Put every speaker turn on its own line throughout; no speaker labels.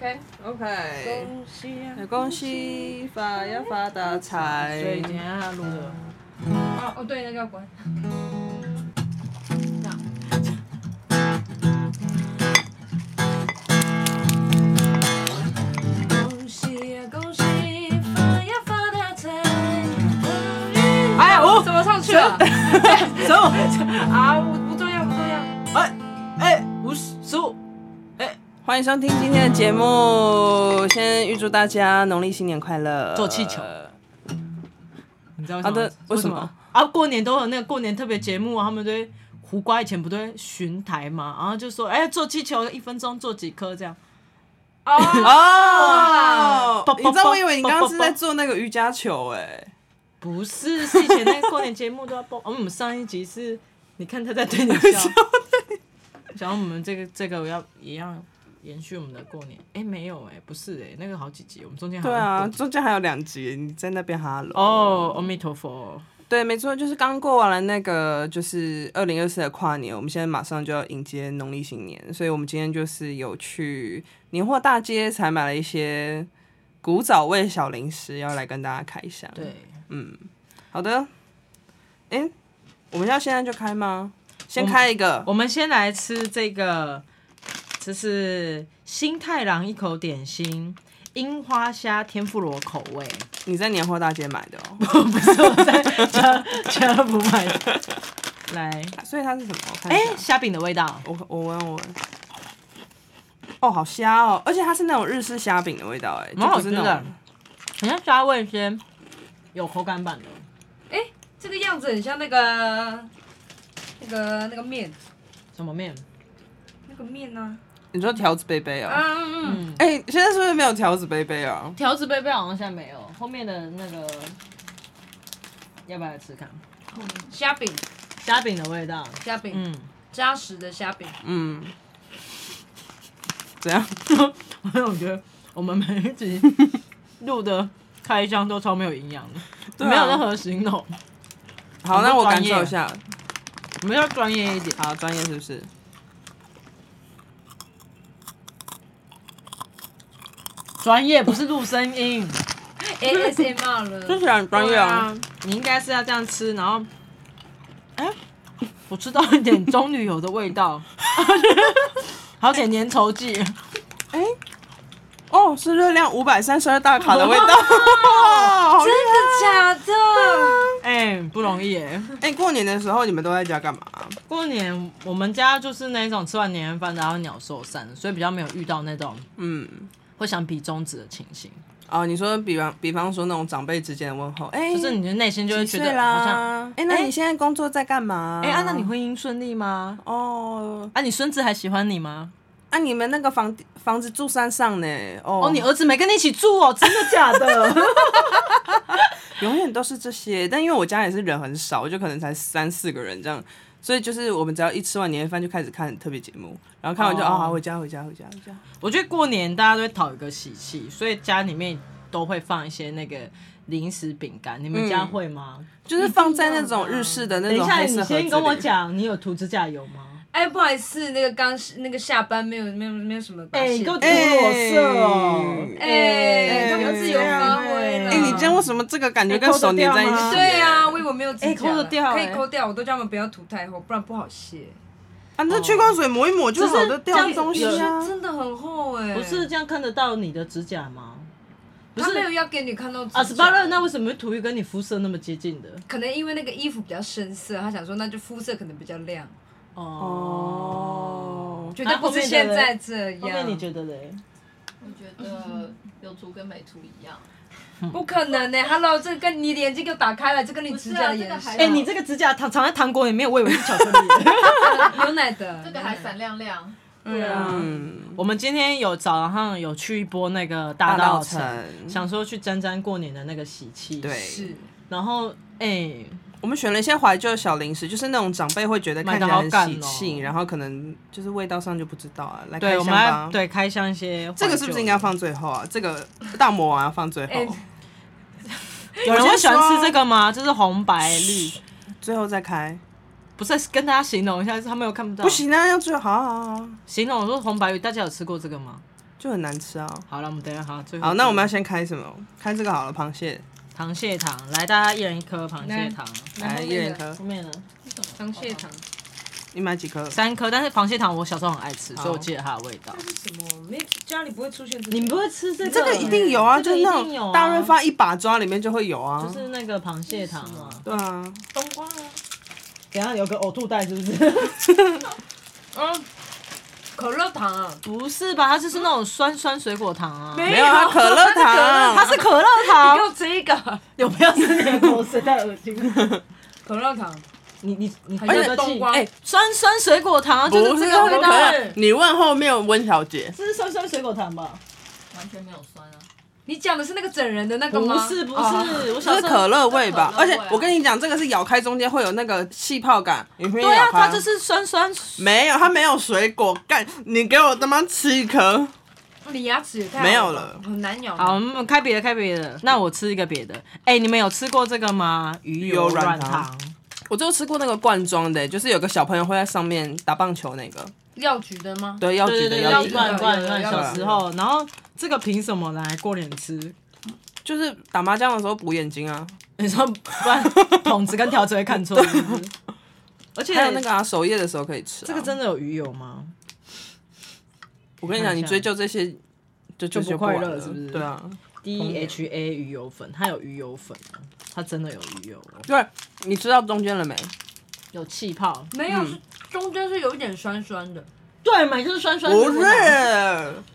OK OK，
恭喜啊！
恭喜发呀发大财！
所以今天要录的，
啊哦哦，对，那个关。这样恭喜呀恭喜，发呀发大财！
哎呀，我
哦怎么上去啊了？
走，
啊，不不重要，不重要。
哎哎，五十五，
欢迎收听今天的节目，先预祝大家农历新年快乐！
做气球你知道
好的呃为
为
什
什
么
么？啊，过年都有那个过年特别节目啊，他们都会胡瓜以前不都会巡台嘛，然后就说，哎，做气球一分钟做几颗这样，
哦，
哦
哇！
你知道我以为你刚刚是 在做那个瑜伽球哎、
不是，是以前那个过年节目都要 播。哦我们上一集是，你看他在对你笑，想我们这个这个要一样延续我们的过年。哎、没有哎、不是哎、那个好几集，我们中间好
对
像
啊，
过
中间还有两集，你在那边哈喽。
哦，阿弥陀佛，
对，没错，就是刚过完了那个就是二零二四的跨年，我们现在马上就要迎接农历新年，所以我们今天就是有去年货大街才买了一些古早味小零食，要来跟大家开箱。，
对，
好的。哎、我们要现在就开吗？先开一个，
我们先来吃这个，这是新太郎一口点心。樱花虾天妇罗口味，
你在年货大街买的哦、
不是我在家家乐福买的。来，
所以它是什么？我看
哎、
一下，
虾饼的味道，
我我闻我闻。哦，好虾哦，而且它是那种日式虾饼的味道、哎，就
蛮好
不是
吃
那
的啊
种，
很像虾味鲜，有口感版的。
哎，这个样子很像那个那个那个面，
什么面？
那个面呢？
你说条子贝贝
啊
哦，
嗯嗯，
哎、现在是不是没有条子贝贝啊？
条子贝贝好像现在没有，后面的那个要不要来吃看？
虾饼，
虾饼的味道，
虾饼，
嗯，
扎实的虾 饼。
嗯，怎样？
我觉得我们每一集录的开箱都超没有营养的，哦
对啊
没有任何形容。
好，那我感受
专业
一下。
我们要专业一点，
好，专业是不是？
专业不是录声音，
哎 ASMR
听起
了，
来很专业啊。
对啊！你应该是要这样吃，然后，哎、我吃到一点棕榈油的味道， 好点粘 稠剂。
啊哎、哦，是热量五百三十二大卡的味 道，好厉
真的假的？
哎、不容易耶！
害！哎、过年的时候你们都在家干嘛？
过年我们家就是那种吃完年夜饭然后鸟兽散，所以比较没有遇到那种
嗯，
会想比中指的情形，
哦，你说比方比方说那种长辈之间的问候，哎、
就是你的内心就会
几
觉
岁
得好像，
啦？哎、那你现在工作在干嘛？
哎、啊，那你婚姻顺利吗？
哦，
啊，你孙子还喜欢你吗？
啊，你们那个房房子住山上呢？哦，
哦，你儿子没跟你一起住 哦，真的假的？
永远都是这些。但因为我家也是人很少，就可能才三四个人这样，所以就是我们只要一吃完年夜饭就开始看特别节目，然后看完就
哦
啊、好回家回家回家回家。
我觉得过年大家都会讨一个喜气，所以家里面都会放一些那个零食饼干。你们家
嗯
会吗？
就是放在那种日式的那
等一
种
下，
黑
你
色盒子
先
里
跟我。讲，你有涂指甲油吗？
哎，不好意思，那个刚那个下班没有没有没有什么发
哎、
现。
你给我涂
哎
裸色哦！
哎，
哎
他们自由发挥了。
哎、你这样为什么这个感觉跟手粘在一
哎
起？
扣得掉吗
对啊，我以为没有指甲
哎抠得掉
可
哎
以抠掉，我都叫他们不要涂太厚，不然不好卸。
啊，那去光水抹一抹就好
就
的
是
掉
这样
东西
有
啊。
真的很厚哎，
不是这样看得到你的指甲吗？不
他没有
是啊
要给你看到指甲
阿斯巴勒，那为什么会涂一跟你肤色那么接近的？
可能因为那个衣服比较深色，他想说那就肤色可能比较
啊
亮，
哦，
绝对不是现在这
后面
样。
你觉得嘞？
我觉得有图跟没图一样，
不可能呢？Hello，这个跟你的眼睛给我打开了，这跟你指甲的颜
不是啊
色
这个还
哎、你这个指甲藏藏在糖果里面，我以为是巧克力。
牛奶的，
这个还闪亮亮。
对啊，
嗯，
我们今天有早上有去一波那个大
大
道
道城
想说去沾沾过年的那个喜气。
对，
是
然后哎、
我们选了一些怀旧小零食，就是那种长辈会觉得看起来很喜庆，
买得好干哦
然后可能就是味道上就不知道啊。来开
对，我
箱
们要
吧。，
对开箱一些怀旧的。
这个是不是应该放最后啊？这个大魔王要放最后，
哎
有人会喜欢
我先说啊
吃这个吗？就是红白绿，
最后再开。
不是跟大家形容一下，是他们有看不到。
不，行啊，要最后好好好。
形容我说红白绿，大家有吃过这个吗？
就很难吃啊。
好了，我们等一下好，最后
好，那我们要先开什么？开这个好了，螃蟹，
螃蟹糖，来，大家一人一颗螃蟹糖，
然
来
后
一人一
那个
颗
后。面呢
螃蟹糖
你买几颗？
三颗，但是螃蟹糖我小时候很爱吃，所以我
好
记得它的味道。
这是什么？没家里不会出现这种。
你们不会吃这个？
这个一定有啊，
这
就
个
是
一
那
定有
种
啊
大润发一把抓里面就会有啊。
就是那个螃蟹糖啊。
对啊，
冬瓜啊？
等下有个呕吐袋是不是？
嗯，可乐糖啊？
不是吧？它就是那种酸酸水果糖啊。
没有啊，可乐糖，
它是可乐糖
给。我吃一个
有没有是你的 口水在耳机？
可乐糖，
你你还
而
有
且
个
冬瓜
哎，酸酸水果糖啊，就是
不
这
是
个味
可
道。
乐。你问后面温小姐，
这是酸酸水果糖吧？
完全没有酸啊，
你讲的是那个整人的那个
不
吗？
是不
哦
是，
这
我小
是
时候
可乐味吧？
这
而
是可乐味
且
啊
我跟你讲，这个是咬开中间会有那个气泡感，你会
对啊
咬，
它
开。
就是酸酸水
没有，它没有水果干，你给我他妈吃一颗。
哦你牙齿也太好
没有了
很难咬。
好，我们开别的，开别的。那我吃一个别的。哎、你们有吃过这个吗？鱼
油
油
软
软
糖我就吃过那个罐装的、欸就是有个小朋友会在上面打棒球那个，
药局的吗？
对，要
对
举
对
的
对，
要
要
举
灌
的，
灌灌。
要
小时候，然后这个凭什么拿来过年吃？
就是打麻将的时候补眼睛啊，
你说不然筒子跟条子会看 错是不是。而且
还有那个啊，守夜的时候可以吃、啊
这个，真的有鱼油吗？
我跟你讲，
看一
你
下
追究这些，就就
不
就
快
完
乐
了
是不是
对啊，
DHA 鱼油粉，它有鱼油粉啊，它真的有鱼油哦，
对，你吃到中间了没？
有气泡。
没有，
嗯
是中间是有一点酸酸的。
对嘛，就是酸酸。
不是，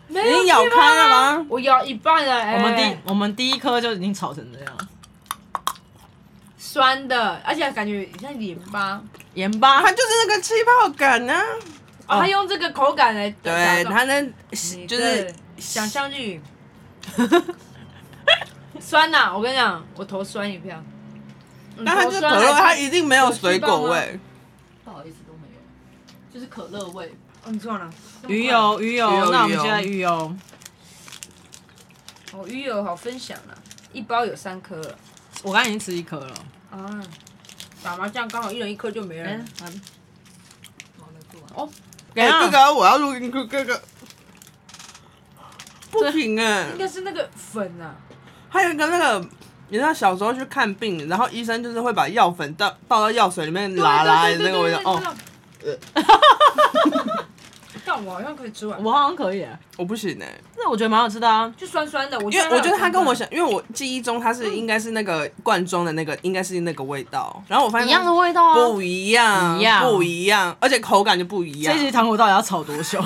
没有
你咬开了吗？
我咬一半了，哎
我们第我们第一颗就已经炒成这样，
酸的，而且感觉像盐巴。
盐巴
它啊就是那个气泡感啊，
哦，他用这个口感来
对，它那
你
就
的
是
想象力酸呐、我跟你讲，我头酸一票。嗯
但它
头
就是
酸
可乐，
还
它一定没有水
有气
果
泡吗
味。
不好意思都没有，就是可乐味。
哦你错了，
鱼 油鱼油
鱼油，
那我们
鱼油
现在鱼油。
哦，鱼油好分享啊，一包有三颗了
我刚才已经吃一颗了，
啊。打麻将刚好一人一颗就没了。嗯
哎
忙得过来
哦，
哎、
等一下
这个我要录进去，这个不行哎、
应该是那个粉啊，
还有一个那个，你知道小时候去看病，然后医生就是会把药粉倒倒到药水里面拉拉的那个味道。哦，
哦。 但我好像可以吃完，
我好像可以耶，
我不行哎、
那我觉得蛮好吃的啊。
就酸酸的。我
因为我觉得它跟我
想，
想，因为我记忆中它是应该是那个罐装的那个，应该是那个味道。然后我发现
味道啊
不一样，
一样
不一样，而且口感就不一样
这，集糖果到底要炒多久？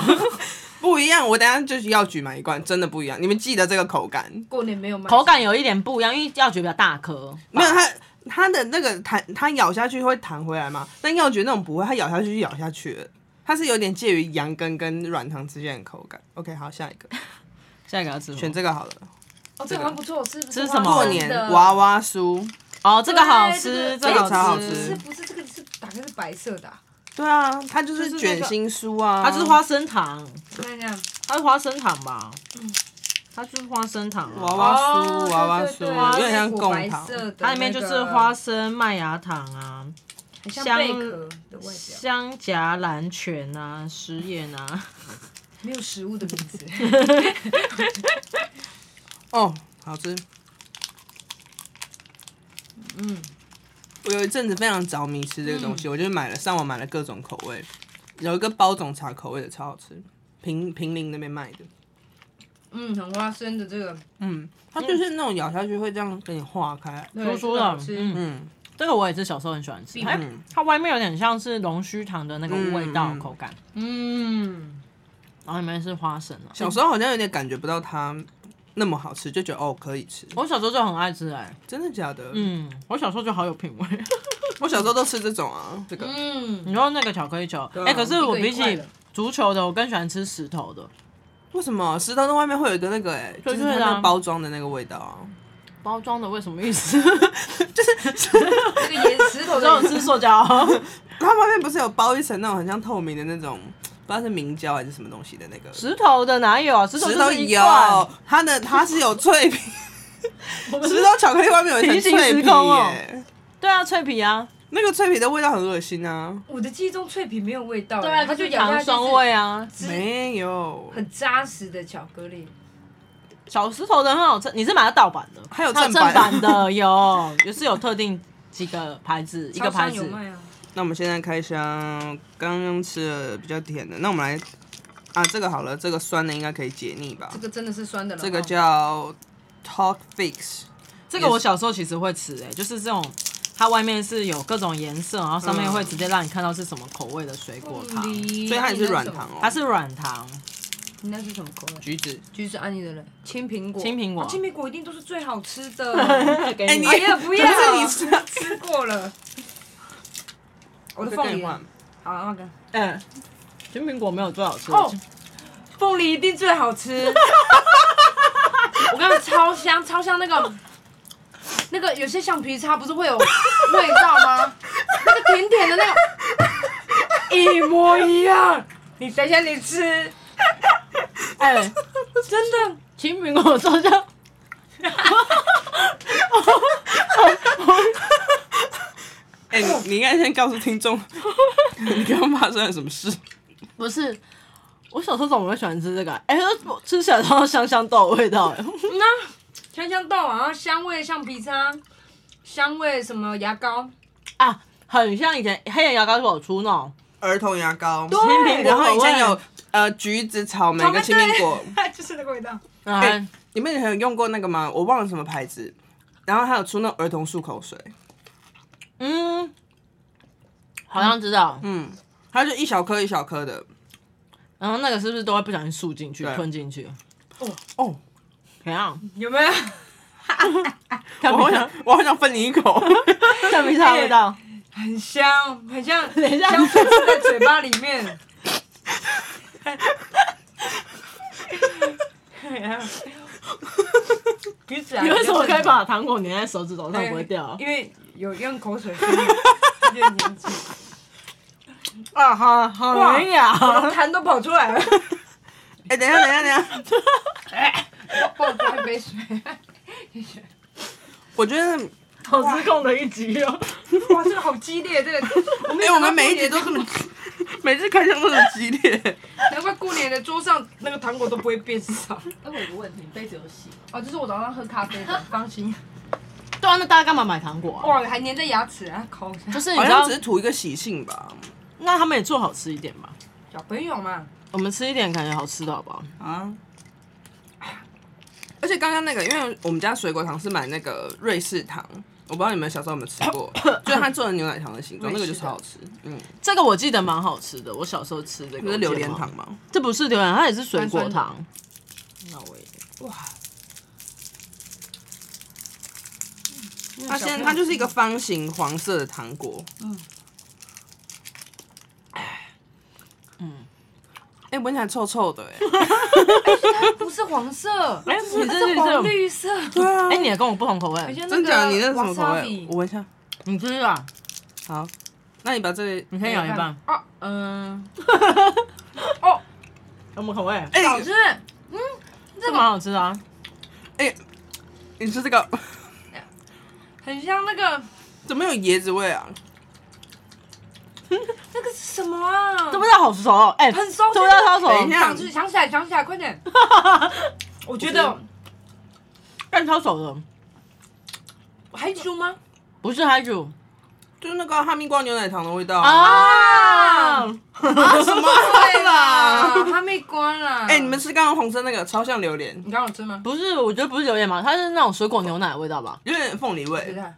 不一样。我等一下就是药局买一罐，真的不一样。你们记得这个口感？
过年没有买
口感有一点不一样，因为药局比较大颗。
没有它。它的那个弹，它咬下去会弹回来嘛？但药局那种不会，它咬下去就咬下去了。它是有点介于羊羹跟软糖之间的口感。OK，好，下一个，
下一个要吃
选
选
这个好了。
哦，这个还不错，吃
这是什么
过
真
年娃娃酥，
哦，这个好
对
吃，
这个
这个超
好
好
不是
吃
不是这个是打开是白色的、啊，
对啊，它就是
就是那
卷
个
心酥啊，
它就是花生糖，
我看一下，
它是花生糖吧？它就是花生糖
娃
啊，
娃酥，
哦
娃娃酥，
对对
有点像
果
贡
白
糖，
色的
它里面就是花生、麦芽糖啊、
很像
香
贝壳的外表，
香荚蓝泉啊、食盐啊。
没有食物的名字。
哦，好吃。
嗯，
我有一阵子非常着迷吃这个东
嗯
西，我就买了，上网买了各种口味，有一个包种茶口味的超好吃，平平林那边卖的。
嗯，很花生的这个，
嗯，它就是那种咬下去会这样给你化开。
说
对
说
这个好
的，
吃
嗯，
嗯，
这个我也是小时候很喜欢吃，它
嗯
它外面有点像是龙须糖的那个味道
嗯嗯
口感，
嗯，
然后里面是花生啊。
小时候好像有点感觉不到它那么好吃，就觉得哦可以吃。
我小时候就很爱吃哎、
真的假的？嗯，
嗯，我小时候就好有品味。
我小时候都吃这种啊，这个。
嗯，
你说那个巧克力球，哎、
啊
可是我比
一个一块
起
的
足球的，我更喜欢吃石头的，
为什么石头的外面会有一个那个、欸，就
脆
是
脆的啊
它那个包装的那个味道啊？
包装的为什么意思？
这个盐石头
只有
的，
吃塑胶，
它外面不是有包一层那种很像透明的那种，不知道是明胶还是什么东西的那个。
石头的哪有啊？石头
石
就
头
是一
有
罐，
它的它是有脆皮，
我们
石头巧克力外面有一层
平行
脆
时
皮、
空哦
耶
对啊，脆皮啊，
那个脆皮的味道很恶心啊，
我的记忆中脆皮没有味道，欸
对啊，
它就是咬下
糖
去
霜味啊。
是汁，
没有，
很扎实的巧克力。
小石头的很好吃，你是买的盗版的？
还有
还有
正
正
版
版的有，也是有特定几个牌子，一个
超商
牌子
有。卖啊，
那我们现在开箱，刚刚吃了比较甜的，那我们来啊，这个好了，这个酸的应该可以解腻吧
这？个真的是酸的了。哦
这个叫 Talk Fix，
这个我小时候其实会吃、欸，哎，就是这种，它外面是有各种颜色，然后上面会直接让你看到是什么口味的水果糖，
梨，
所以它也是软糖
哦。
哦，
它是软 糖，
你那是什么口味？
橘子。
橘子安妮的嘞，青苹果。
青苹果
哦青苹果一定都是最好吃的。
给
哎，你
哎呀，不要！
可是你吃，
吃过了。我的
就
凤
跟
梨
你换。
好，那个
嗯，金苹果没有最好吃的
哦，凤梨一定最好吃。 我刚刚超香，超香那个那个有些橡皮擦不是会有味道吗？那个甜甜的那个一模一样。你等一下，你吃，
哎、
真的
青苹果做像，
哎，你你应该先告诉听众， 你刚刚发生了什么事？
不是，我小时候怎么会喜欢吃这个啊、哎、我吃起来它香香豆的味道、哎，
那嗯啊香香豆，然后香味橡皮擦，香味什么牙膏，
啊，很像以前黑人牙膏是有出那种
儿童牙膏，
青苹果
然
哦
后以
口味
前有呃橘子、啊草莓跟青苹果。
就是那个味道。
嗯
哎你们以前有用过那个吗？我忘了什么牌子。然后还有出那种儿童漱口水，
嗯，好像知道。
嗯，它就一小颗一小颗的。
然后那个是不是都会不小心漱进去、
对
吞进去？
哦，
怎 样？
有没有？
橡
我好想，我好想分你一 口。
橡皮擦的味道，
哎很香，很像
哎 等一下
香水是在嘴巴里面。 橘子啊，
你为什么可以把糖果粘在手指头
因
上
为
不会掉？啊
因为有用口水分辨年 纪，
啊哈，好
哇
难呀！
痰都跑出来了，
哎、等一下，等一下，等一下。
帮我抓一杯水。
我觉得，哎、
好失控的一集哦。
哇，这个好激烈，这个我没有
我
想到
们每一集都这么， 每次开箱都很激烈。
难怪过年的桌上那个糖果都不会变少。
哎，我有个问题，你杯子有洗吗？
哦，这是我早上喝咖啡的，放心。
对啊，那大家干嘛买糖果啊？
哇，还粘在牙齿啊，抠一下。
就是你
好
知
像
道
只，是图一个喜庆吧。
那他们也做好吃一点吧。
小朋友嘛，
我们吃一点感觉好吃的好不好？
啊。而且刚刚那个，因为我们家水果糖是买那个瑞士糖，我不知道你们小时候有没有吃 过，就是它做的牛奶糖的形状，那个就超好吃。嗯，
这个我记得蛮好吃的，我小时候吃这
不
个。
是榴莲
我记得蛮好
糖吗？
吃？这不是榴莲，它也是水果
酸酸
糖。那我也
哇，
它现在它就是一个方形黄色的糖果。嗯。
嗯
哎、闻起来臭臭 的哎、
它不是黄色，
哎你
它
这
是
是
黄绿色。
对啊，
哎，你也跟我不同口味，
真假的？你那是什么口味？我闻一下。
你吃啊？
好，那你把这个，
你先咬一半。
哦，嗯，
什么口味？
哎、
好吃。
这蛮好吃的啊！
哎、你吃这个
很像那个
怎么有椰子味啊？
那个是什么啊？
这味道好熟哦，哎、
很熟
这味道超熟。
等一下
想起想起来，想起来，快点！我觉得
干超熟的，
还煮吗？
不是海主
就是那个哈密瓜牛奶糖的味道。
啊！
什么味啦？
啊，哈密瓜啦！
哎、你们吃刚刚红色那个超像榴莲，
你刚有吃吗？
不是，我觉得不是榴莲嘛，它是那种水果牛奶的味道吧？
有点凤梨
对
味。
的，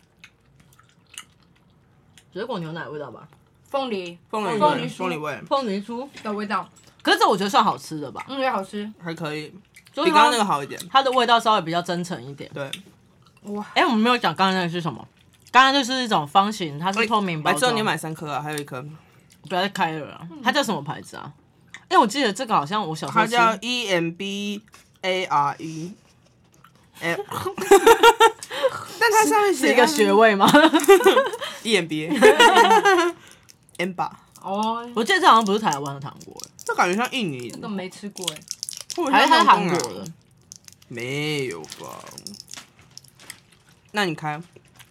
水果牛奶的味道吧？
凤梨
凤梨
凤梨
味，
酥
凤梨味
凤梨酥，
的味道，
可是这我觉得算好吃的吧？
嗯，也好吃。
还可以，
就
比
是
刚
它
刚那个好一点。
它的味道稍微比较真诚一点。
对，
哇，
哎、我们没有讲刚刚那个是什么？刚刚就是一种方形，它是透明包
白之后
装。
你买三颗啊，还有一颗，
不要再开了啊，它叫什么牌子啊？哎、我记得这个好像我小时候
它
吃
叫 E M B A R E。哎， 但它上面
是
写
一个学位吗？
E M B A M 吧，
哦，
我记得这好像不是台湾的糖果，
这感觉像印尼，
都没吃过哎，
或者
还是它
像
是韩
中
国
啊
的？。
没有吧？那你开，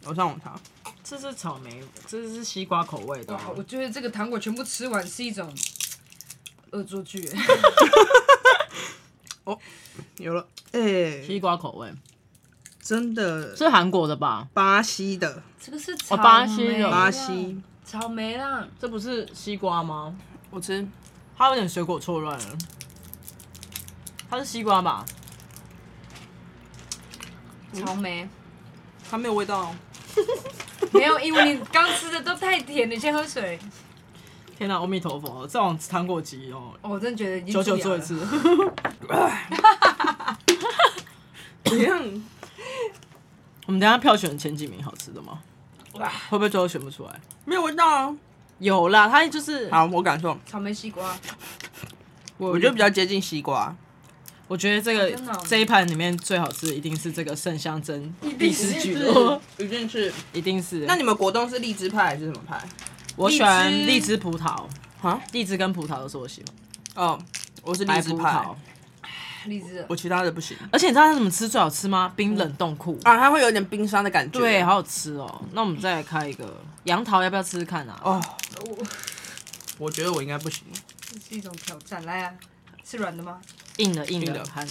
我上网查。
这是草莓，这是西瓜口味的
哇
哦，，
我觉得这个糖果全部吃完是一种恶作剧。哎
有了，哎、
西瓜口味
真的
是韩国的吧？
巴西的
这个是草
哦
莓，
巴西的
巴西，
草莓啦，
这不是西瓜吗？
我吃
它有点水果错乱了，它是西瓜吧？
草莓。
它没有味道，哦
没有，因为你刚吃的都太甜，你先喝水。
天哪、阿弥陀佛，这种糖果机哦，
哦我真的觉得已经
久
蛀
久
牙
做
了
一。次。
怎样？
我们等一下票选前几名好吃的吗？
哇，
会不会最后选不出来？
没有味道啊！
有啦，它就是，
好，我敢说，
草莓西瓜，
我
我觉得比较接近西瓜，
我觉得这个
真的哦
这一盘里面最好吃的一定是这个圣香珍
哦
定
荔
是
枝焗的，
一定是。
一定是。
那你们果冻是荔枝派还是什么派？
我喜欢
荔枝
荔枝葡萄，
啊？
荔枝跟葡萄都是我喜欢。
哦，我是
白
荔枝
葡
派
萄，，
荔枝。哦
我其他的不行
而且你知道它怎么吃最好吃吗？冰冷冻库。
啊，它会有点冰沙的感觉。
对，好好吃哦。那我们再来开一个杨桃，要不要吃吃看啊？
哦，
我
我觉得我应该不行。
这是一种挑战，来啊，是软的吗？
硬的硬
硬
的
的，
含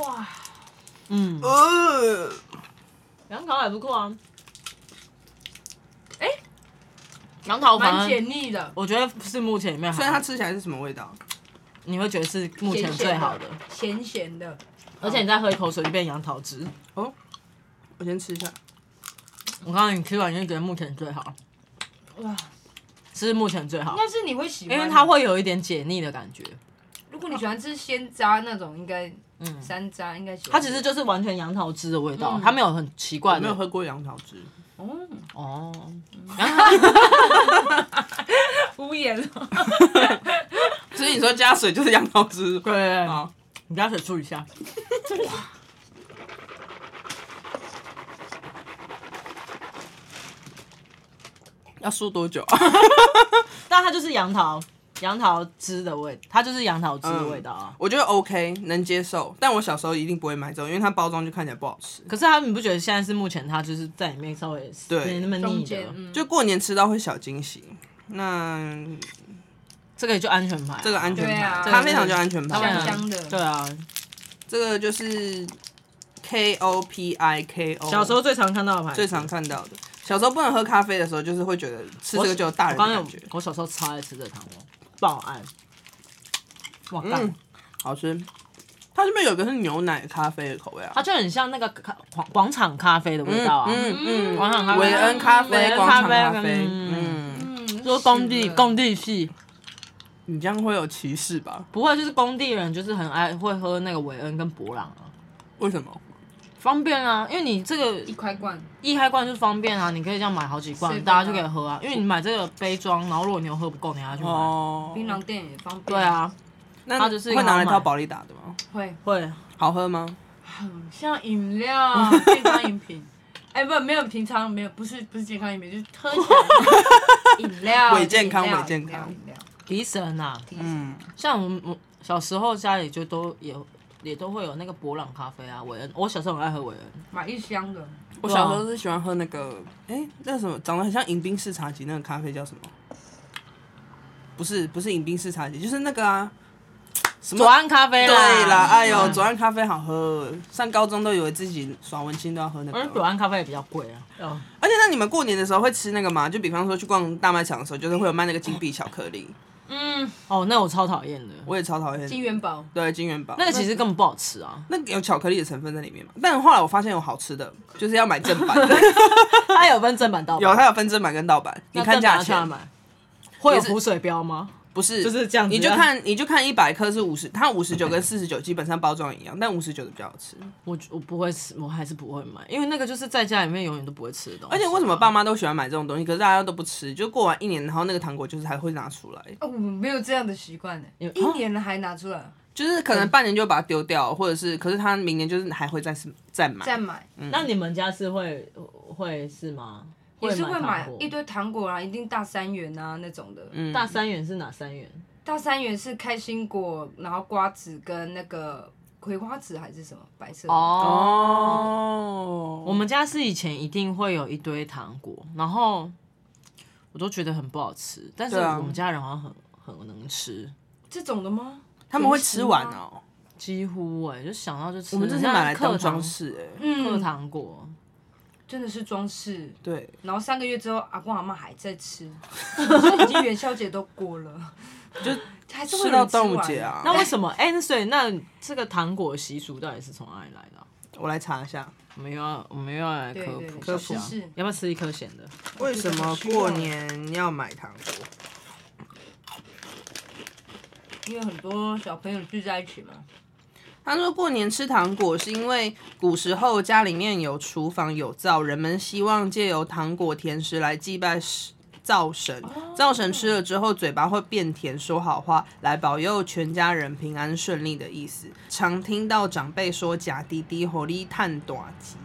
哇，
嗯，
呃，
杨桃还不错啊。
哎
杨桃
蛮
反
解
正
腻的，
我觉得是目前里面好，
所以它吃起来是什么味道？
你会觉得是目前
咸咸
最好的，
咸咸的。
而且你再喝一口水就变杨桃汁。
我先吃一下。
我告诉你，吃完就觉得目前最好，
哇，
是目前最好，
但是你会喜欢，
因为它。会有一点解腻的感觉。
如果你喜欢吃鲜渣那种，应该
嗯，
山楂应该喜欢。
它其实就是完全杨桃汁的味道，
嗯
它没有很奇怪
我
的。
没有喝过杨桃汁，
哦，
哦，
敷衍了。
所以你说加水就是杨桃汁。
对，
好，
你加水注一下。
要输多久？
但它就是杨桃，杨桃汁的味，它就是杨桃汁的味道啊。
我觉得 OK，能接受。但我小时候一定不会买这种，因为它包装就看起来不好吃。
可是它，你不觉得现在是目前它就是在里面稍微
对
没那么
中
腻
间
的，，
嗯，
就过年吃到会小惊喜。那
这个就安全牌啊。
这个安全
对啊
牌，咖啡糖就安全
当然
牌
香。香的
对啊，
这个就是 K O P I K O。
小时候最常看到的牌子，
最常看到的，小时候不能喝咖啡的时候，就是会觉得吃这
我
个就有大人的
我
感
刚才
觉
有，我小时候超爱吃这糖哦，爆爱。哇，干
嗯好吃。它这边有一个是牛奶咖啡的口味啊，
它就很像那个咖广广场咖啡的味道啊。
嗯
广场咖
嗯，
啡，
韦恩咖
韦
啡、
恩
广
咖
场
啡
咖啡，
嗯
嗯，
嗯，
就是工地
喜欢
工地系，
你这样会有歧视吧？
不会就是工地人就是很爱会喝那个韦恩跟博朗啊，
为什么？
方便啊，因为你这个
一块罐，
一开罐就方便啊，你可以这样买好几
是
罐，
的
大家就可以喝啊。因为你买这个杯装，然后如果你有喝不够，你还要去买。
哦，
槟榔店也方便。
对，啊，
那
嗯它就是一个
会拿来
好买
泡保利达的吗？
会
会
好喝吗？
很像饮 料，健康饮品。哎，不，没有平常没有，不是不是健康饮品，就是喝 起来饮料，
伪健康
饮料
伪健康
饮料饮料
提神啊。
嗯，
像我们我小时候家里就都有，也都会有那个博朗咖啡啊，韦恩。我小时候很爱喝韦恩，
买一箱的，
我小时候是喜欢喝那个，哎，那什么长得很像迎宾式茶几那个咖啡叫什么？不是，不是迎宾式茶几，就是那个啊，什
左
么
岸咖啡啦。
对啦，哎呦，
嗯
左岸咖啡好喝，上高中都以为自己耍文青都要喝那个。
而且左岸咖啡也比较贵啊。哦，
而且那你们过年的时候会吃那个吗？就比方说去逛大卖场的时候，就是会有卖那个金币巧克力，
嗯，
哦，那我超讨厌的，
我也超讨
金
厌。
元宝，
对，金元宝。
那个其实根本不好吃啊
那个有巧克力的成分在里面嘛？但后来我发现有好吃的，就是要买正版 的，
它有分正版盗版，
有它有分正版跟盗版，你
那
看
正版
价
要去哪
钱。
买。会有
也是
浮水标吗？
不是，
就是这样子
你就
啊
看，你就看一百克是五十，它五十九跟四十九基本上包装一样，但五十九的比较好吃。
我我不会吃，我还是不会买，因为那个就是在家里面永远都不会吃的东西。啊
而且为什么爸妈都喜欢买这种东西，可是大家都不吃？就过完一年，然后那个糖果就是还会拿出来，
哦，我没有这哦样的习惯呢，
有
一年了还拿出来
就是可
嗯
能半年就把它丢掉，或者是，可是他明年就是还会再再买。
再买，
嗯
那你们家是会会是吗？
也是会买
糖果
一堆糖果啊，一定大三元啊那种的。
嗯
大三元是哪三元？
大三元是开心果，然后瓜子跟那个葵花籽还是什么白色的？
哦，
哦，
我们家是以前一定会有一堆糖果，然后我都觉得很不好吃，但是
对啊
我们家人好像很很能吃，
这种的吗？
他们会吃完哦。
几乎哎、就想到就吃。
我们这是
很像
买来当
课堂
装，饰哎、
课
嗯，
糖果，
真的是装饰。
对，
然后三个月之后，阿公阿妈还在 吃，所以已经元宵节都过了，就还是会
吃
有人
到
吃
端午
完
节。啊。
那为什么？哎、那所以那这个糖果的习俗到底是从哪里来的啊、
我来查一下，
我们又要我们又要来科
对
普
对
科
小
普
知识，
要不要吃一颗咸的？
为什么过年要买糖果？
因为很多小朋友聚在一起嘛，
他说，过年吃糖果是因为古时候家里面有厨房有灶，人们希望借由糖果甜食来祭拜神灶神。灶神吃了之后，嘴巴会变甜，说好话来保佑全家人平安顺利的意思。常听到长辈说“假滴滴火力探短吉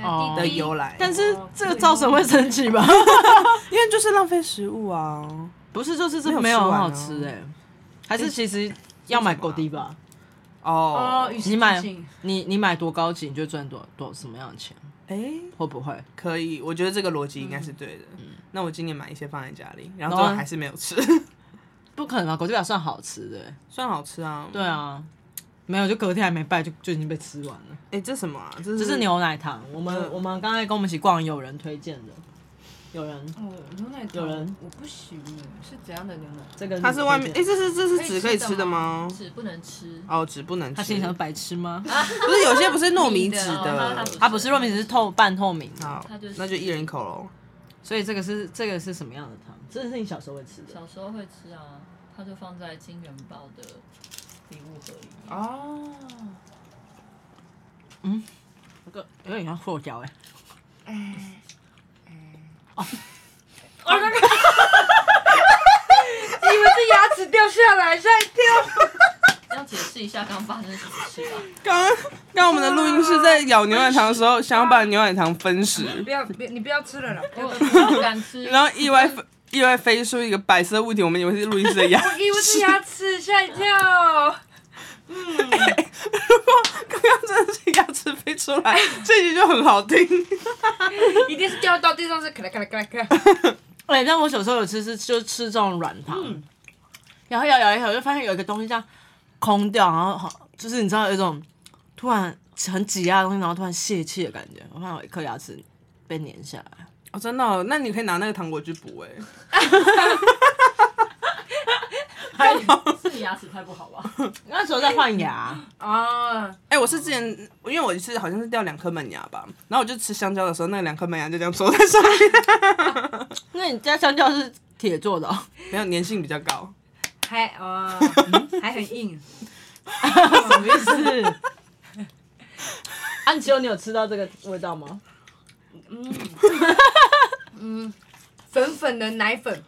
啊
哦”
的由来，
但
哎是
是
哦
这个造成会生气 吧？
因为就是浪费食物啊。
不是，就是这
没
没
有
有
吃
很
完啊
好吃哎、还是其实要买狗地吧？
哦
哦，，与时
你
俱
买
进
你你买多高级，你就赚多多什么样的钱？
哎、
会不会？
可以，我觉得这个逻辑应该是对的。那我今年买一些放在家里，然后最
嗯然后
后还是没有 吃，
不可能啊吧？狗地吧算好吃的、欸，
算好吃啊。
对啊，没有就隔天还没拜就就已经被吃完了。
哎、这什么啊？这是
这是牛奶糖，我们、
嗯
我们刚才跟我们一起逛，有人推荐的，有人
哦，牛奶糖
有人
我不行，是怎样的牛奶？
这个
它是外面，哎、
哎，
这是这是纸可以吃的吗？
纸不能吃，
哦，纸不能
他心里
吃
想，说白痴吗？
不是有些不是糯米纸
你的哦
的。
它不是糯米，只是透半透明的，
好
它就是，
那就一人一口喽。
所以这个是这个是什么样的糖？这是你小时候会吃的
小时候会吃啊，它就放在金元宝的礼物盒里面。
哦，
那个，有点像塑胶哎。
以为是牙齿掉下来，吓一跳。
要解释一下刚刚发生什么事 吧？
刚刚刚我们的录音师在咬牛奶糖的时候，想要把牛奶糖分食
不，要，不要，你不要吃了啦。
我不敢吃，
然后意外分意外飞出一个白色物体，我们以为是录音师的牙。
以为是牙齿，吓一跳。
如果刚刚真的是牙齿飞出
哎
来，这集就很好听。
一定是掉到地上是咔啦咔啦咔啦咔啦。
哎、但我小时候有吃是就吃这种软糖，然后咬咬一口就发现有一个东西这样空掉，然后好就是你知道有一种突然很挤压的东西，然后突然泄气的感觉。我发现我一颗牙齿被粘下来，
哦，真的、哦？那你可以拿那个糖果去补哎、
是你牙齿太不好啊吧？
那时候在换牙，
啊，
哎、我是之前，因为我是好像是掉两颗门牙吧，然后我就吃香蕉的时候，那两颗门牙就这样戳在上 面，
那你家香蕉是铁做的、哦，
没有粘性比较高。
还 啊，还很硬。
什么意思？安琪啊欧，你有吃到这个味道吗？
嗯粉粉的奶粉，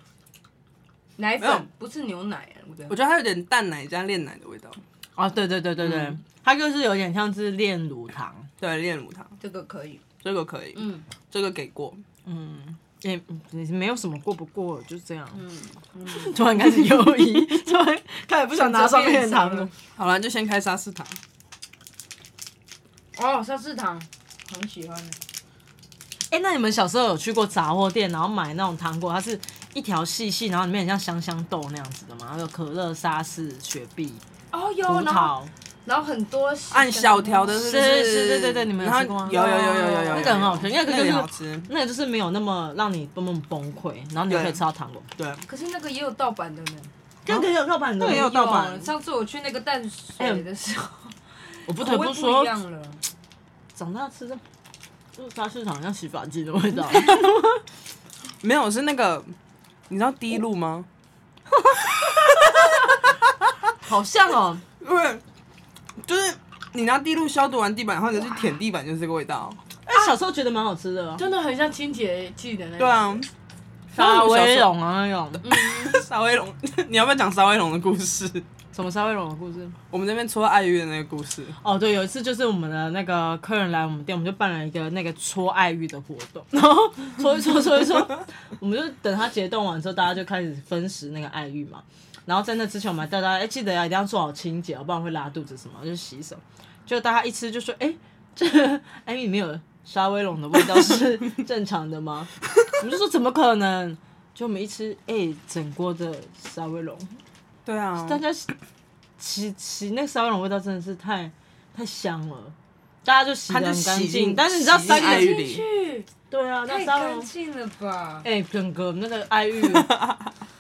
奶
没有
粉不是牛奶，啊我觉
我
得。
觉得它有点淡奶加炼奶的味道，
啊，对对对对对，它就是有点像是炼乳糖，
对，炼乳糖
这个可以，
这个可以，
嗯
这个给过。
嗯，也也没有什么过不过，就是这样。
嗯嗯，
突然开始犹疑，突然开始不想拿上面的糖 了。
好了，就先开沙士糖。
哦，沙士糖，很喜欢的，
哎、那你们小时候有去过杂货店，然后买那种糖果，它是一条细细，然后里面很像香香豆那样子的吗？还有可乐、沙士、雪碧、
哦有
葡，
然后
萄，
然后很多
按小条的，是不
是是对对对你们有
然后
吃过吗
有有有有有有，
那个很好吃，因为
那
就
个
是
也好吃。
那个就是没有那么让你崩崩崩溃，然后你就可以吃到糖果。
对，
可是那个也有盗版的呢。
那个也有盗啊版的，
那个也有盗版
有啊上次我去那个淡水的时 候，
我不得
口味
不
不
说
一，样了。
长大吃的就是沙市场像洗发剂的 味道。
没有是那个，你知道滴露吗？
好像哦，
因为就是你拿滴露消毒完地板，或者是舔地板，就是这个味道。
哎，小时候觉得蛮好吃的哦，
真的很像清洁剂的那种。
对，啊，
沙威龙啊那种，
沙威龙， 你要不要讲沙威龙的故事？
什么沙威龙的故事？
我们那边戳爱玉的那个故事，
哦，对，有一次就是我们的那个客人来我们店，我们就办了一个那个搓爱玉的活动，然后搓一搓搓一搓，我们就等它解冻完之后，大家就开始分食那个爱玉嘛。然后在那之前，我们还带大家，哎、记得要一定要做好清洁，不然会拉肚子什么，就洗手。就大家一吃就说，哎、这艾米没有沙威龙的味道是正常的吗？我们就说怎么可能？就我们一吃，哎、整锅的沙威龙，
对啊，
大家洗洗洗那个沙威龙味道真的是太太香了，大家就洗
他
的
就
很干
洗
净，
进，
但是你知道
洗
三
进爱
个
玉
进
里，
去
对啊，那
太
沙威
干
龙，
净了吧？
哎、整个那个 爱玉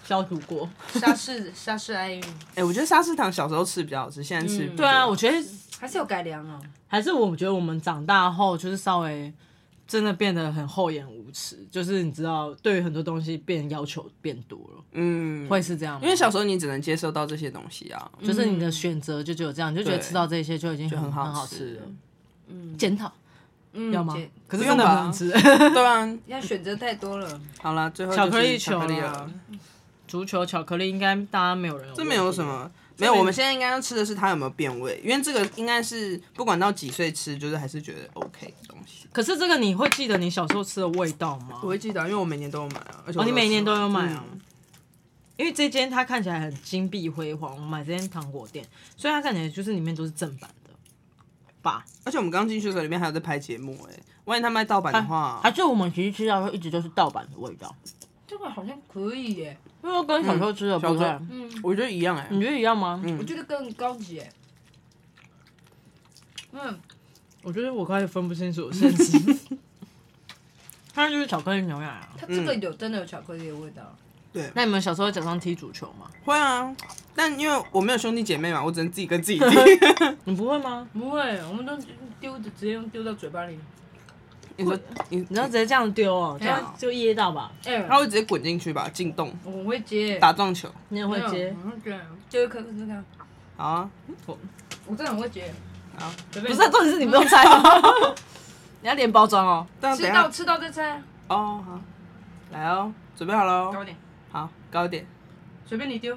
消毒过。
沙士沙士爱玉
哎、我觉得沙士糖小时候吃比较好吃，现在吃、
嗯
对啊，我觉得
还是有改良哦。
还是我觉得我们长大后就是稍微真的变得很厚颜无耻，就是你知道，对于很多东西变要求变多了，
嗯，
会是这样吗？
因为小时候你只能接受到这些东西啊，
就是你的选择就只有这样，你就觉得
对
吃到这些就已经
就
很
很好
很好
吃
吃了。
嗯
检讨
嗯
要吗
姐？
可是
不用
真的很
吧
好吃。
对啊，
要选择太多了，
好啦，最后就是
巧克力球
巧克力
啦
了，
足球巧克力应该大家没有人有
这没有什么。没有，我们现在应该要吃的是它有没有变味，因为这个应该是不管到几岁吃，就是还是觉得 OK 的东西。
可是这个你会记得你小时候吃的味道吗？
我会记得啊，因为我每年都有买啊，而且
哦，
我
你每
吃
年都
完
有买啊
嗯？
因为这间它看起来很金碧辉煌，我买这间糖果店，所以它看起来就是里面都是正版的吧？
而且我们刚进去的时候，里面还有在拍节目哎、万一他卖盗版的话，
还是我们其实吃到的时候一直都是盗版的味道，
嗯
这个好像可以耶。
因为跟小时候吃的不
小时
太
候。
嗯，
我觉得一样哎、
你觉得一样吗？
嗯
我觉得更高级耶。嗯，
我觉得我开始分不清楚现实。 它就是巧克力牛奶啊。
它这个有真的有巧克力的味道。
那你们小时候假装踢足球吗？
会啊。但因为我没有兄弟姐妹嘛，我只能自己跟 自己踢。
你不会吗？
不会，我们都丢直接用丢到嘴巴里。
你说你，
你要直接这样丢哦，这样
对啊
就噎到吧？
哎，
他会直接滚进去吧，进洞
我会接，嗯
打撞球。
你也会接？
我会接，丢一颗试试看。
好啊，
我真的很会接。
好，
不
不是啊，重点是你不用猜哦，你要连包装哦。
但等
吃
一
到
下
嗯吃到再猜啊，
哦，好，来哦，准备好
高
喽。
点，
好，高一点。
随便你丢。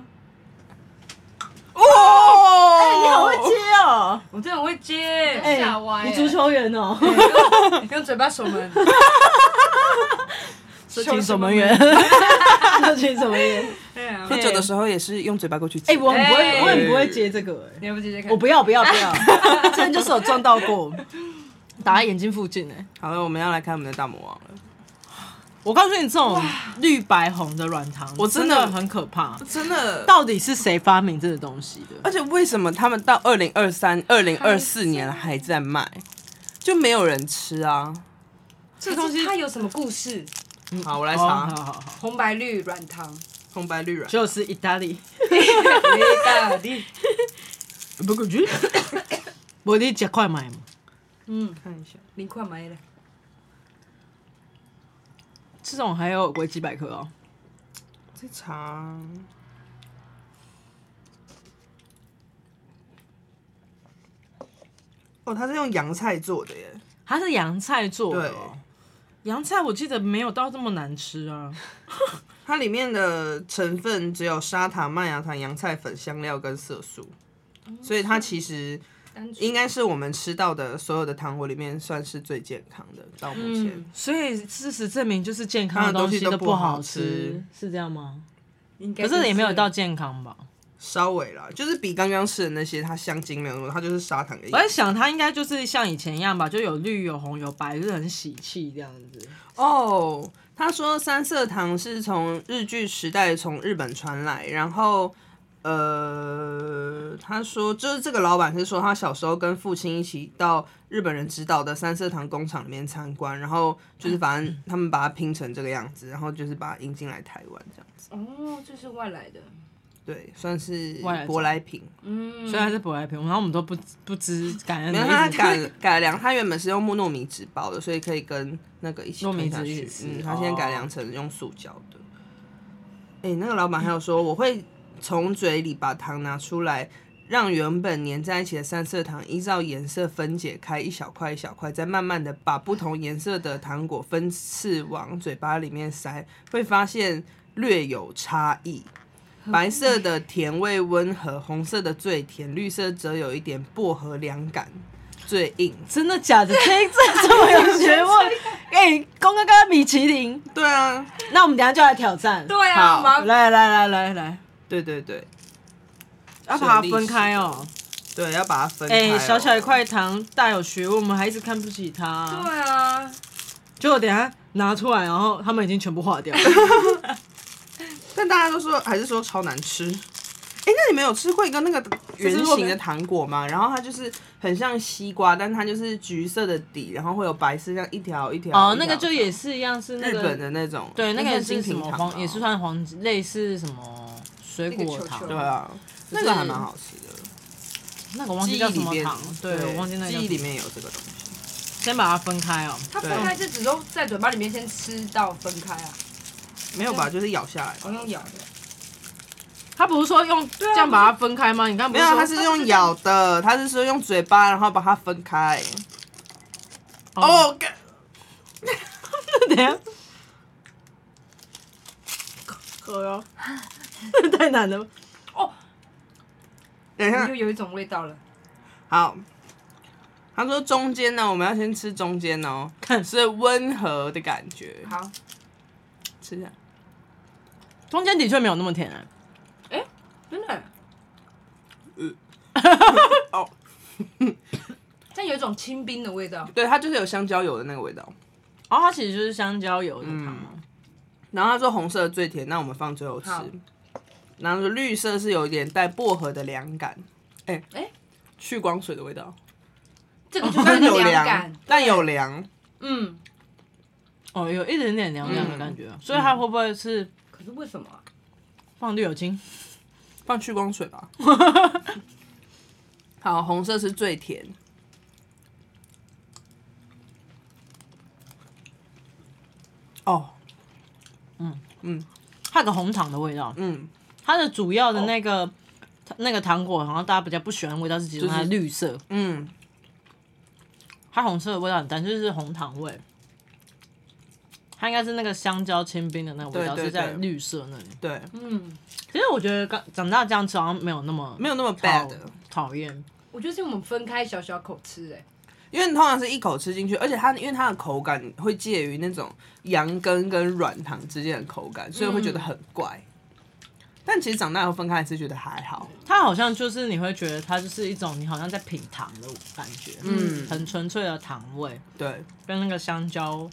哦，
哎，你好会接哦！
我真的很会接，
哎吓歪
你
欸
足球员哦，
用嘴巴守门。
是请守门员，是请守门员。
对啊，
喝酒的时候也是用嘴巴过去接。
哎，我很不会，
哎
我很不会接这个哎，
你要不直接看？
我不要不要不要，之前就是有撞到过，打在眼睛附近哎。
好了，我们要来看我们的大魔王了。
我告诉你，这种绿白红的软糖，
我
真
真的
很可怕。
真的，
到底是谁发明这个东西的？
而且为什么他们到二零二三、二零二四年还在卖，就没有人吃啊？
这东西它有什么故事？
好，我来
好
查
哦好，好好，
红白绿软糖，
红白绿软。
就是意大利。
意大利。
不过就，无你食快买嘛，
嗯，
看一下，
零块买了。
这种还有维基百科哦。
这茶哦，它是用洋菜做的耶。
它是洋菜做
对
的、哦，洋菜我记得没有到这么难吃啊。
它里面的成分只有砂糖、麦芽糖、洋菜粉、香料跟色素，所以它其实
单纯
应该是我们吃到的所有的糖果里面算是最健康的。到目前，
嗯
所以事实证明，就是健康的东西不好吃，是这样吗？
应该
可是也没有到健康吧。
稍微啦，就是比刚刚吃的那些，它香精没有那么多，它就是砂糖跟
我在想，它应该就是像以前一样吧，就有绿、有红、有白，就是很喜气这样子。
哦。他说三色糖是从日据时代从日本传来，然后呃，他说就是这个老板是说他小时候跟父亲一起到日本人指导的三色糖工厂里面参观，然后就是反正他们把它拼成这个样子，然后就是把它引进来台湾这样子，
哦，这是外来的，
对，算是
外来种
舶来品。
嗯，
虽然是舶来品，然后我们都不不知感恩
没
的
有，
一
它
直
改改良，它原本是用木糯米纸包的，所以可以跟那个一起
糯米
吞下
纸一
去
起。吃
嗯，它现在改良成用塑胶的。哎、那个老板还有说，我会从嘴里把糖拿出来，让原本粘在一起的三色糖依照颜色分解开一小块一小块，再慢慢的把不同颜色的糖果分次往嘴巴里面塞，会发现略有差异。白色的甜味温和，红色的最甜，绿色则有一点薄荷凉感，最硬。
真的假的？这这这么有学问？哎、公哥哥米其林，
对啊，
那我们等一下就来挑战。
对啊，
好
麻
来来来来来，
对对对，
要把它分开哦。
对，要把它分开哦。
哎、小小一块糖，大有学问，我们还一直看不起他。
对啊，
结果等一下拿出来，然后他们已经全部化掉了。
但大家都说还是说超难吃。哎、那你们有吃过一个那个圆形的糖果吗？然后它就是很像西瓜，但它就是橘色的底，然后会有白色，像一条一条。
哦，
一条
那个就也是一样，是那
日
个
本的那种，
对，那个也
也
是
是
什么黄，也是算黄，类似什么水果
那个
糖，
球球
对啊，那个还蛮好吃的。
那个我嗯忘
记
记
忆
叫什
里
么
面
糖，对我忘记那个叫
记忆
什
里
么，
面有这个东西。
先把它分开哦。
它分开是只说在嘴巴里面先吃到分开啊，
没有吧？就是咬下来吧。
好像咬的。
他不是说用这样把它分开吗？你刚刚不
没
啊是
有，啊
说
它是用咬的，它是说用嘴巴，然后把它分开。
哦，
哦，干
等一下，喝哟， 太难了吧。
等一下
又，有一种味道了，
好，他说中间呢，我们要先吃中间哦，
看
是温和的感觉。
好，
吃一下，
中间的确没有那么甜、啊，
真的，
哦，
但有一种清冰的味道，
对，它就是有香蕉油的那个味道。
哦，它其实就是香蕉油的糖哦。
然后他说红色的最甜，那我们放最后吃
好。
然后说绿色是有一点带薄荷的凉感，哎、
哎
去光水的味道，
这个就
但
是
有
凉
凉
感，，
但有凉，
嗯，
哦，有一点点凉凉的
嗯
感觉、啊所以它会不会是
可是为什么啊？
放绿油精？
放去光水 吧。好，红色是最甜，哦，
它有个红糖的味道，
嗯，
它的主要的那个、那个糖果，好像大家比较不喜欢的味道是集中在
哦就是
绿色，
嗯，
它红色的味道很淡，就是红糖味。它应该是那个香蕉清冰的那个味道
对对
是在
对
绿色那里。
对，
嗯，
其实我觉得刚长大这样吃好像没有那么
没有那么
讨
bad，
讨厌。
我觉得是我们分开小小口吃，哎，
因为你通常是一口吃进去，而且它因为它的口感会介于那种羊羹跟软糖之间的口感，所以会觉得很怪。
嗯
但其实长大以后分开还是觉得还好，
它好像就是你会觉得它就是一种你好像在品糖的感觉，
嗯
很纯粹的糖味
对，
跟那个香蕉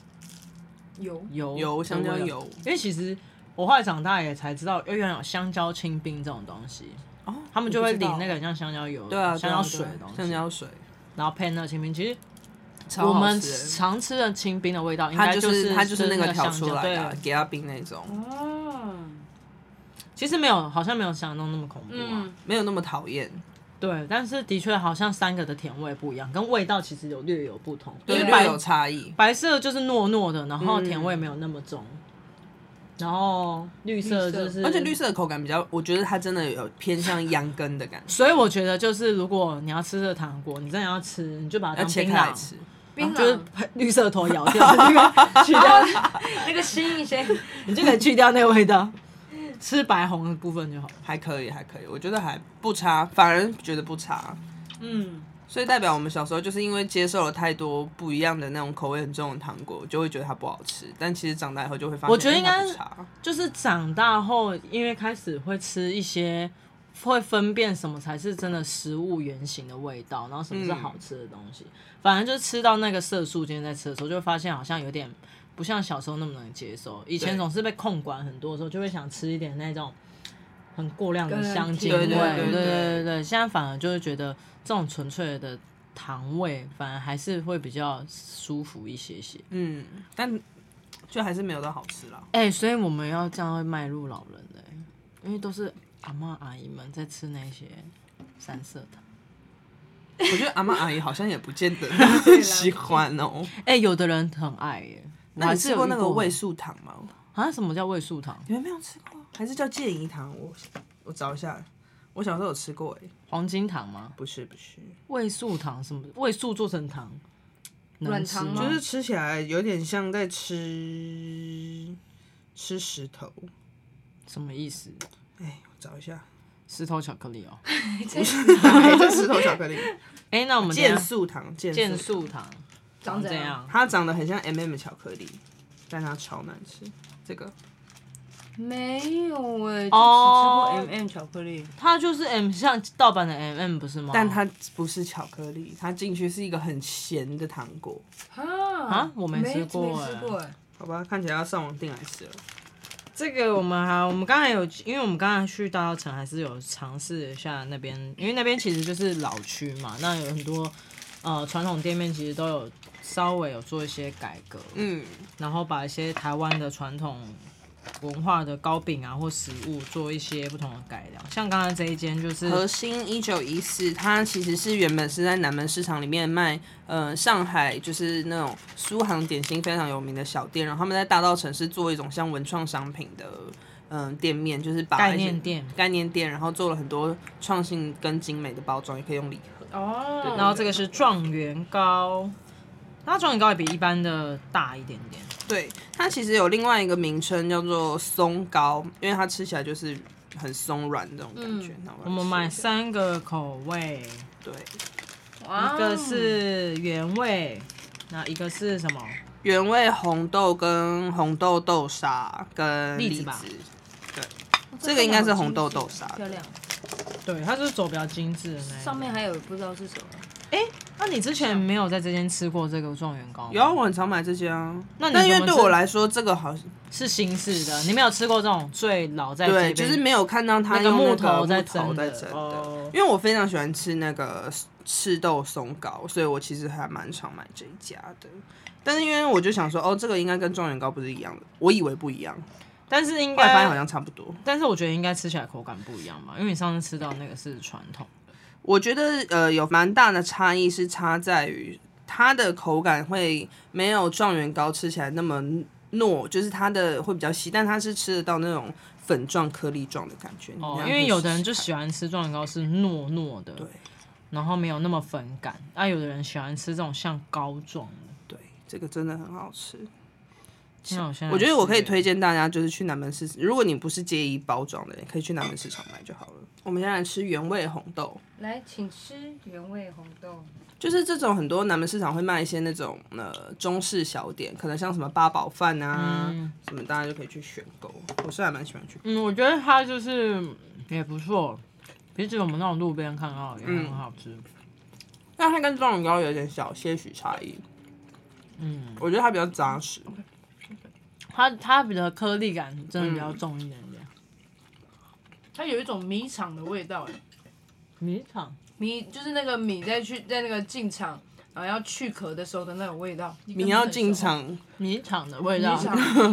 油，
油
油
的
香蕉
味道
油，
因为其实我后来长大也才知道，原来有香蕉清冰这种东西，
哦，
他们就会淋
个
那个很像香蕉油、
对啊，对啊
香蕉
对啊
水的东西，
香蕉水，
然后配那个清冰。其实
超
我
好
们
吃的
常吃的清冰的味道，应
它
该
就是它就是那
那
个调
香
出
蕉。
来的啊
对，
给它冰那种，
哦，
其实没有，好像没有想象中那么恐怖啊。
嗯，
没有那么讨厌，
对，但是的确好像三个的甜味不一样，跟味道其实有略有不同。
对，
因为
略
白
有差异。
白色就是糯糯的，然后甜
嗯
味没有那么重，然后绿色
绿色
就是，
而且绿色的口感比较，我觉得它真的有偏向羊羹的感觉，
所以我觉得就是，如果你要吃这个糖果，你真的要吃，你就把它
要
当
切
槟
开来
榔，
吃。
槟榔
就是 绿色头咬掉， 那个去掉，
那个腥一 些，
你就可以去掉那个味道， 吃白红的部分就好了。
还可以，还可以，我觉得还不差，反而觉得不差。
嗯，
所以代表我们小时候就是因为接受了太多不一样的那种口味很重的糖果，就会觉得它不好吃。但其实长大以后就会发现，
我觉得
哎
应该
它不差
就是长大后，因为开始会吃一些，会分辨什么才是真的食物原型的味道，然后什么是
嗯
好吃的东西。反正就吃到那个色素，今天在吃的时候，就会发现好像有点不像小时候那么能接受。以前
对
总是被控管很多的时候，就会想吃一点那种很过量的
跟
香精
对
味。
对对
对
对
对对，现在反而就会觉得这种纯粹的糖味，反而还是会比较舒服一些些。
嗯，但就还是没有到好 吃啦。
哎、所以我们要这样会迈入老人的、欸因为都是阿嬷阿姨们在吃那些三色糖。
我觉得阿妈阿姨好像也不见得
对啦
喜欢哦、
哎、有的人很爱耶、我
那
还
你
是
吃
有
过
遇
那个味素糖吗？
啊？什么叫味素糖？
你们没有吃过？还是叫健怡糖？我我找一下，我小时候有吃过、哎，
黄金糖吗？
不是不是，
味素糖什么？味素做成糖，能
软
吃
糖
吗？
吗
就是吃起来有点像在吃吃石头。
什么意思？
哎，我找一下，
石头巧克力哦、
哎这石头巧克力。
哎、那我们
健
等一下
素糖，健
健
素，
素糖
长
怎
怎样？
样？
它长得很像 M、m 巧克力，但它超难吃。这个
没有哎、
哦
就只吃过 M、m 巧克力。
它就是 M 像盗版的 M、m 不是吗？
但它不是巧克力，它进去是一个很咸的糖果。
啊
我没吃过
没
欸
吃过欸
好吧，看起来要上网订来吃了。
这个我们还我们刚才有，因为我们刚才去大稻城还是有尝试一下那边，因为那边其实就是老区嘛，那有很多呃传统店面其实都有稍微有做一些改革，
嗯，
然后把一些台湾的传统文化的糕饼啊或食物做一些不同的改良，像刚才这一间就是
核心一九一四，它其实是原本是在南门市场里面卖，呃，上海就是那种苏杭点心非常有名的小店，然后他们在大稻城是做一种像文创商品的。嗯，店面就是把
概
一些
念店
概念店，然后做了很多创新跟精美的包装，也可以用礼盒。
哦，
然后这个是状元糕，它状元糕也比一般的大一点点，
对，它其实有另外一个名称叫做松糕，因为它吃起来就是很松软这种感觉。那
嗯我
来
们买
吃一下
三个口味。
对
哇哦
一个是原味，那一个是什么？
原味红豆跟红豆豆沙跟
栗
栗
子吧哦
对，这个应该是红豆豆沙的
漂亮，
对，它就是走比较精致的那一个
上面还有不知道是什么。
那你之前没有在这间吃过这个状元糕吗？
有啊，我很常买这些啊。
那你
但因为
怎么
对
知
我来说，这个好像
是新式的，你没有吃过这种最老在
对，
这边
就是没有看到它
那个
用
木
那
头
个
在
木头
蒸
在
的
蒸
哦
的，因为我非常喜欢吃那个赤豆松糕，所以我其实还蛮常买这一家的。但是因为我就想说，哦，这个应该跟状元糕不是一样的，我以为不一样，
但是应
后来发现好
该，
像差不多。
但是我觉得应该吃起来口感不一样吧，因为你上次吃到那个是传统的，
我觉得呃有蛮大的差异是差在于它的口感会没有状元糕吃起来那么糯，就是它的会比较稀，但它是吃得到那种粉状颗粒状的感觉。
哦
你，等一下可以
因为有的人就
试试
喜欢吃状元糕是糯糯的，
对，
然后没有那么粉感，啊，有的人喜欢吃这种像膏状的。
看对这个真的很好吃。
那我现在
我觉得我可以
来吃
推荐大家，就是去南门市，如果你不是介意包装的，你可以去南门市场买就好了。我们现在来吃原味红豆，
来，请吃原味红豆。
就是这种很多南门市场会卖一些那种呃中式小点，可能像什么八宝饭啊、
嗯
什么，大家就可以去选购。我是还蛮喜欢去，
嗯，我觉得它就是也不错，比起我们那种路边看到的也很好吃。
但它跟状元糕有点小些许差异。嗯，我觉得它比较扎实。
哦
它它比较颗粒感真的比较重一点点。
它有一种米厂的味道，哎，
米厂
米就是那个米在去在那个进场，然后要去壳的时候的那种哦味道。
你要进场，
米厂的味道，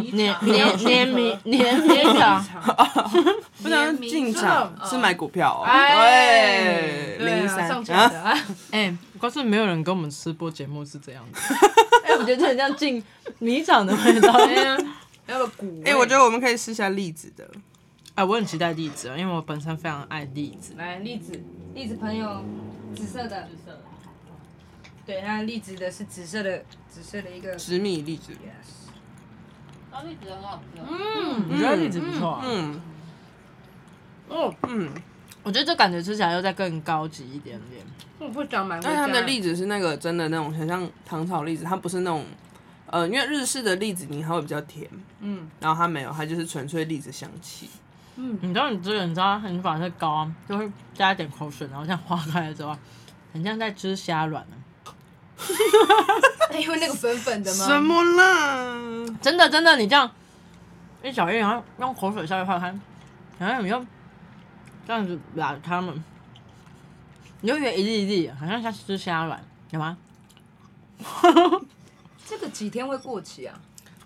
米
黏黏黏 米黏米厂，
不能进场
真的
是买股票哦。
哎，
零
对
一
啊，
三
上架的 啊，
哎，我告诉你，没有人跟我们吃播节目是这样的。哎，我觉得很像进米厂的味 道。
对啊，还有骨味。
哎、我觉得我们可以试一下栗子的。
哎，我很期待栗子，因为我本身非常爱栗子。
来栗子，栗子朋友，紫色的，
紫色的
对，它栗子的是紫色的，紫色的一个。
紫米栗子，
Yes
啊，栗子很好吃哦。
嗯，我觉得栗子不错啊。
嗯
哦，
嗯，
我觉得这感觉吃起来又再更高级一点点。
我不想买回家。
但它的栗子是那个真的那种很像糖炒栗子，它不是那种，呃，因为日式的栗子泥它会比较甜，
嗯
然后它没有，它就是纯粹栗子香气。
你知道你这个，你知道你把这膏啊，就会加一点口水，然后这样化开了之后啊，很像在吃虾卵啊
哎因为那个粉粉的吗？
什？么啦？
真的真的，你这样一小一，然后用口水稍微化开，然后你就这样子把它们，你就觉得一粒一粒的，好像像吃虾卵，有吗？
这个几天会过期啊？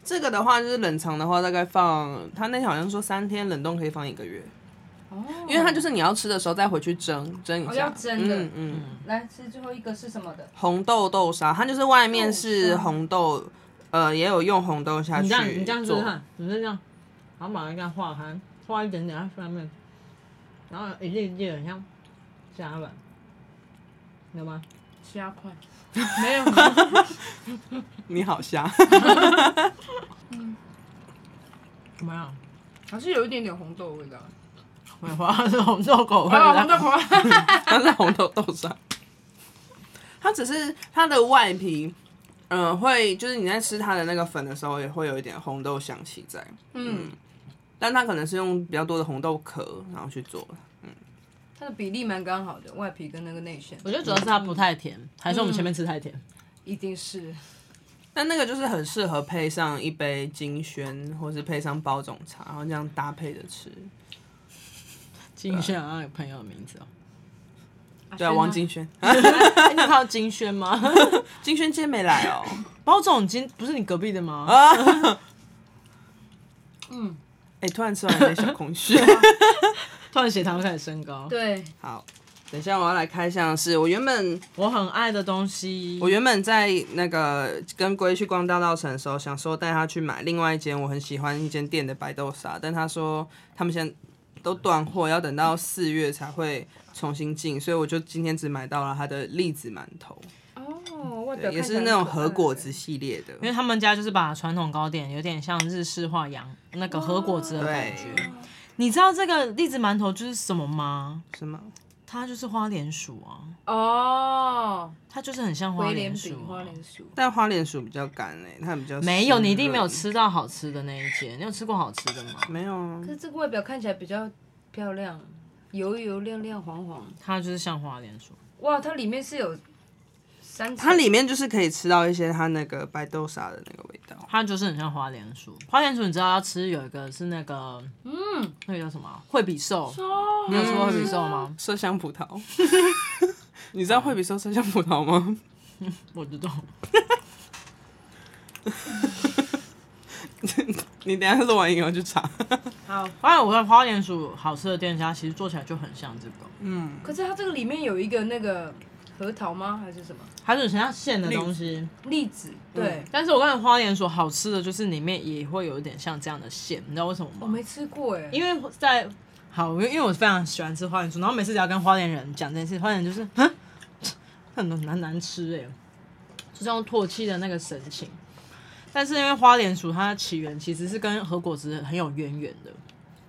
这个的话就是冷藏的话，大概放它那天好像说三天，冷冻可以放一个月，
哦，
因为它就是你要吃的时候再回去蒸蒸一
哦
下。
要蒸的
嗯嗯。
来吃最后一个是什么的？
红豆豆沙，它就是外面
豆
是
沙
红豆，呃，也有用红豆下去
你这样你这样子
做
看，你是这样，然后把它这样化开，化一点点在上面，然后一粒一粒的很像虾卵，有吗？
虾块？ 没 有，
你好瞎，
怎么 样？
还是有一点点红豆的 味道。
梅花是红豆口味的，
啊，红豆黄。
它是红豆豆 沙，它只是它的外皮，呃嗯、会就是你在吃它的那个粉的时候，也会有一点红豆香气在。
嗯，
但它可能是用比较多的红豆壳然后去做。
它的比例蛮刚好的，外皮跟那个内馅，
我觉得主要是它不太甜，还是我们前面吃太甜。
一定是
但那个就是很适合配上一杯金萱，或是配上包种茶，然后这样搭配着吃。
金轩好像有朋友的名字哦，
对啊，王金萱，
哎你有看到金轩吗？
金萱今天没来 哦。
包总金不是你隔壁的吗？
哎、突然吃完有点小空虚。
突然血糖开始升高。
对，
好， 等一下我要来开箱的是，我原本
我很爱的东西，
我原本在那个跟龟去逛大稻城的时候，想说带他去买另外一间我很喜欢一间店的白豆沙，但他说他们现在都断货，要等到四月才会重新进，所以我就今天只买到了它的栗子馒头，
哦，外表
对也是那种和
欸
果子，系列的，
因为他们家就是把传统糕点有点像日式化洋那个和果子的
对
感觉。
哦
你知道这个栗子馒头就是什么吗？
什么？
它就是花莲薯啊，
哦，
它就是很像花
花
莲
莲
薯
饼、
啊、
花莲薯，
但花莲薯比较干哎、它比较
没有，
湿
你一定没有
润，
吃到好吃的那一间。你有吃过好吃的吗？
没有啊
可，是这个外表看起来比较漂亮，油油亮亮黄黄，
它就是像花莲薯，
哇，它里面是有三层，
它里面就是可以吃到一些它那个白豆沙的那个味道，
它就是很像花莲薯。花莲薯你知道要吃有一个是那个，嗯，那个叫什么啊惠比寿？
哦，
你有吃过惠比寿吗？
麝香葡 萄。 你知道惠比寿麝香葡萄吗？
我知道，
你等一下录完音我去查。
好，
发现我在花莲薯好吃的店家，其实做起来就很像这个，
可是它这个里面有一个那个核桃吗？还是什么
还是很像馅的东西。
栗子？对，
嗯
但是我刚才花莲薯好吃的就是里面也会有一点像这样的馅，你知道为什么
我
吗？
没吃过哎，
因为在好，因为因为我非常喜欢吃花莲薯，然后每次只要跟花莲人讲这件事，花莲人就是哼，很难难吃哎、欸，就是用唾弃的那个神情。但是因为花莲薯它的起源其实是跟和果子很有渊源的，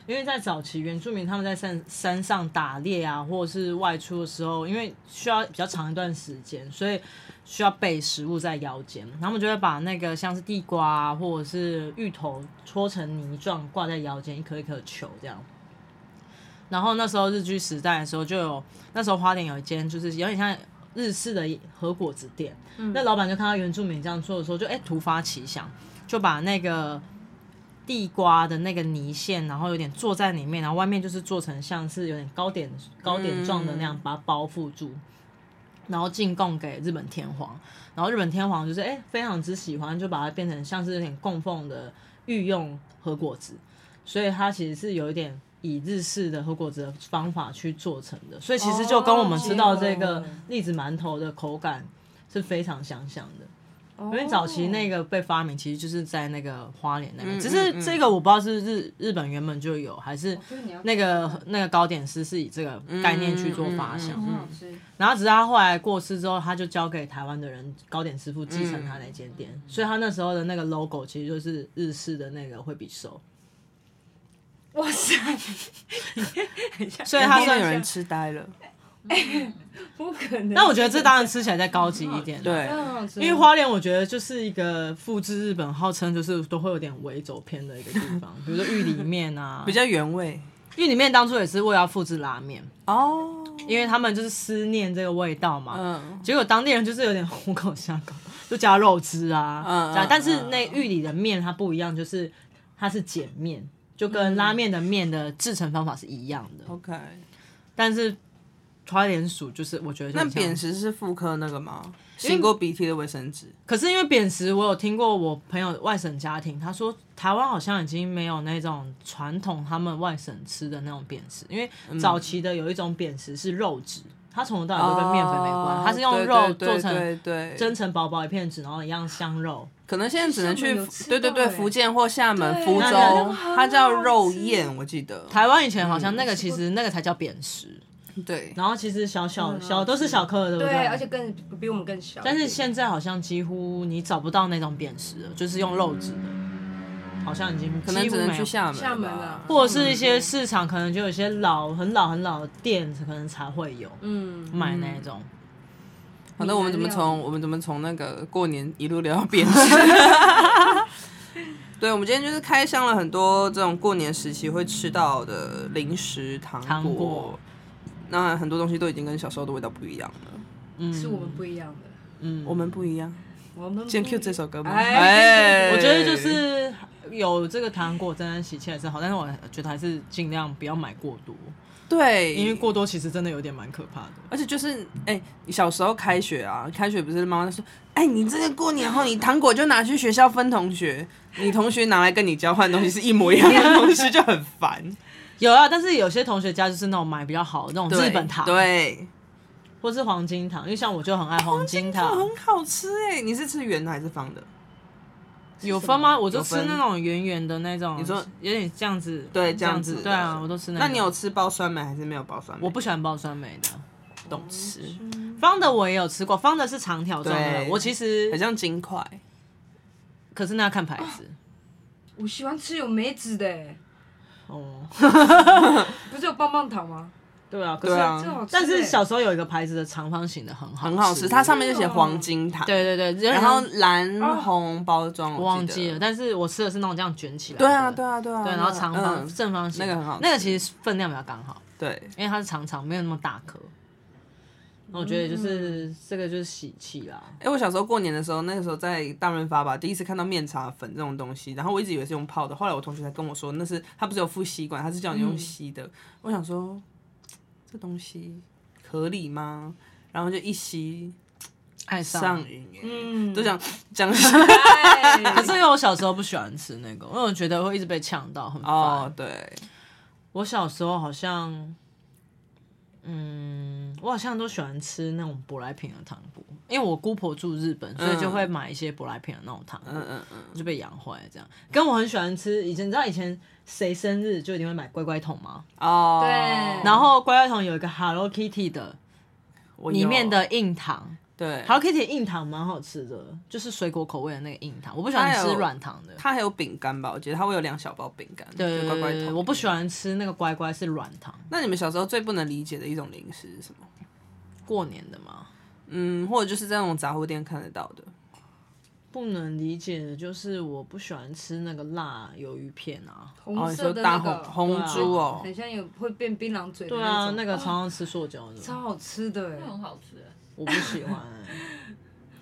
因为在早期原住民他们在山山上打猎啊，或者是外出的时候，因为需要比较长一段时间，所以需要备食物在腰间，然后他们就会把那个像是地瓜、啊、或者是芋头搓成泥状挂在腰间，一颗一颗球这样。然后那时候日据时代的时候，就有那时候花莲有一间就是有点像日式的和果子店，那老板就看到原住民这样做的时候，就哎、突发奇想，就把那个地瓜的那个泥馅，然后有点做在里面，然后外面就是做成像是有点糕点糕点状的那样，把它包覆住，然后进贡给日本天皇。然后日本天皇就是哎、非常之喜欢，就把它变成像是有点供奉的御用和果子，所以它其实是有一点。以日式的和果子的方法去做成的，所以其实就跟我们吃到这
哦
个栗子馒头的口感是非常相像的。
因
因为早期那个被发明，其实就是在那个花莲那
嗯
边，只是这个我不知道是日日本原本就有，还是那个那个糕点师是以这个概念去做发想。
嗯
很好吃，
然后只是他后来过世之后，他就交给台湾的人糕点师傅继承他那间店，
嗯
所以他那时候的那个 logo 其实就是日式的那个惠比寿，
嗯
哇塞，
所以他
一定
算
有人。吃呆了。
不可能，
但我觉得这当然吃起来再高级一点，
对
很好吃，
因为花莲，我觉得就是一个复制日本，号称就是都会有点围走偏的一个地 方，比如说玉里面啊，
比较原味
玉里面当初也是为了要复制拉面，
哦。
因为他们就是思念这个味道嘛。
嗯，
结果当地人就是有点虎口下口，就加肉汁啊，
嗯嗯
加
嗯
但是那玉里的面它不一样，就是它是碱面，就跟拉面的面的制成方法是一样的。
OK。
但是花莲薯就是我觉得就
那
很像
扁食是妇科那个吗？擤过鼻涕的卫生纸。
可是因为扁食，我有听过我朋友外省家庭，他说台湾好像已经没有那种传统他们外省吃的那种扁食，因为
嗯
早期的有一种扁食是肉质，它从头到尾都跟面粉没关，
哦
它是用
对
肉
对
做
对
成
对对
蒸成薄薄一片纸，然后一样香肉。
可能现在只能
厦
去
门有吃到
对对对
欸
福建或厦门、
对
福
那个
州
很好，
它叫
啊
肉
吃
燕，我记得。
台湾以前好像那个
嗯
其实那个才叫扁食，
对，
然后其实小小
嗯
小都是小颗的，对不
对，
对？
而且更比我们更小一点，
但是现在好像几乎你找不到那种扁食了，就是用肉质的，好像已经
可能
几乎
只能
没有
去厦门吧。
厦门啊
或者是一些市场，可能就有一些老、很老、很老的店，可能才会有
嗯，
买那一种。
好的，我们怎么
闽南料
从我们怎么从那个过年一路聊到扁食？对，我们今天就是开箱了很多这种过年时期会吃到的零食、糖果。
糖果
那很多东西都已经跟小时候的味道不一样了。
嗯，
是我们不一样的，
嗯，
我们不一样。
我们
先 Q 这首歌吗？
哎
我觉得就是有这个糖果沾沾喜气还是好，但是我觉得还是尽量不要买过多，
对，
因为过多其实真的有点蛮可怕的。
而且就是，哎、你小时候开学啊，开学不是妈妈说，哎、你这个过年后，你糖果就拿去学校分同学，你同学拿来跟你交换的东西是一模一样的东西，就很烦。
有啊，但是有些同学家就是那种买比较好的那种
对
日本糖，，
对，
或是黄金糖，因为像我就很爱黄金
糖
糖，
很好吃哎、你是吃圆的还是方的？
有分吗？我就
有
吃
分
那种圆圆的那种，
你说
有点这样子，
对
这
这样
子，
子的
对啊，我都吃那
那
种。
你有吃包酸梅还是没有包酸梅？
我不喜欢包酸梅的，嗯
懂吃，
方的我也有吃过，方的是长条状的，
对
我其实
很像金块，
可是那要看牌子
我喜欢吃有梅子的、
哦，
不是有棒棒糖吗？
对啊，可
对
是。
这个好
啊，
吃、
但是小时候有一个牌子的长方形的很好，
很好吃，它上面就写黄金糖，，
对对对，
然后
有点
蓝红包装，
像我
我
忘
记
记
得
了，，但是我吃的是那种这样卷起来的，
对啊，对啊，对啊，
对，然后长方、
嗯
正方形
那个很好吃
那个其实分量比较刚好，
对，
因为它是长长，没有那么大颗。那我觉得就是、这个就是喜气啦，
嗯哎、我小时候过年的时候，那个时候在大润发吧，第一次看到面茶粉这种东西，然后我一直以为是用泡的，后来我同学才跟我说，那是它不是有附吸管，它是叫你用吸
嗯
的。我想说，这东西合理吗？然后就一吸
爱上
上。瘾、欸，
嗯
都想 讲
可
哎
是因为啊我小时候不喜欢吃那个，因为我觉得会一直被呛到，很烦。
哦，对，
我小时候好像，嗯，我好像都喜欢吃那种舶来品的糖果，因为我姑婆住日本，所以就会买一些舶来品的那种糖果，
嗯嗯嗯，
就被养坏了这样。跟我很喜欢吃，以前你知道以前谁生日就一定会买乖乖桶吗？
哦，
对
然后乖乖桶有一个 Hello Kitty 的
我
里
有
面的硬糖
对，
，Hello Kitty 的硬糖蛮好吃的，就是水果口味的那个硬糖，我不喜欢
它
吃
有
软糖的。
它还有饼干吧？我觉得它会有两小包饼干，
对
就乖乖桶，
我不喜。欢吃那个乖乖是软糖，
那你们小时候最不能理解的一种零食是什么？
过年的嘛。
嗯，或者就是在那种杂货店看得到的。
不能理解的就是我不喜欢吃那个辣鱿鱼片啊。
哦，
红
你
色
说
的
大
那
红
个，啊
红猪哦，
很像有会变槟榔嘴的
对
那
啊，
种，
那个
哦
常常吃塑胶的，
哦
超好吃的
那
哎，
很好吃欸，
我不喜欢欸、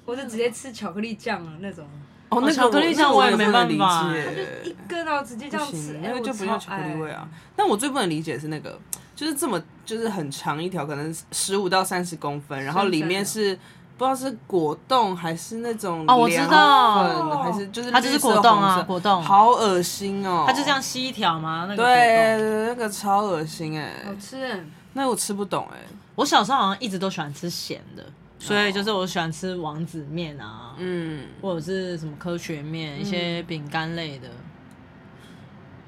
我就直接吃巧克力酱啊那种，
哦，那个
巧克力酱
我
我也没办法
那个
哎
我真的
一
理解
根啊直接这
不
样吃
行，，
哎
那个就不叫巧克力味。啊。但我最不能理解是那个，就是这么就是很长一条，可能十五到三十公分，然后里面是。不知道是果冻还是那种
哦我知道
凉粉还是就是
它就是
绿色
果冻啊
红色
果冻
好恶心哦！
它就这样吸一条嘛，那个
对，
果冻。
对，那个超恶心哎
我，好吃哎，
那我吃不懂哎，
我小时候好像一直都喜欢吃咸的，所以就是我喜欢吃王子面啊，
哦嗯，
或者是什么科学
嗯
面，一些饼干类的。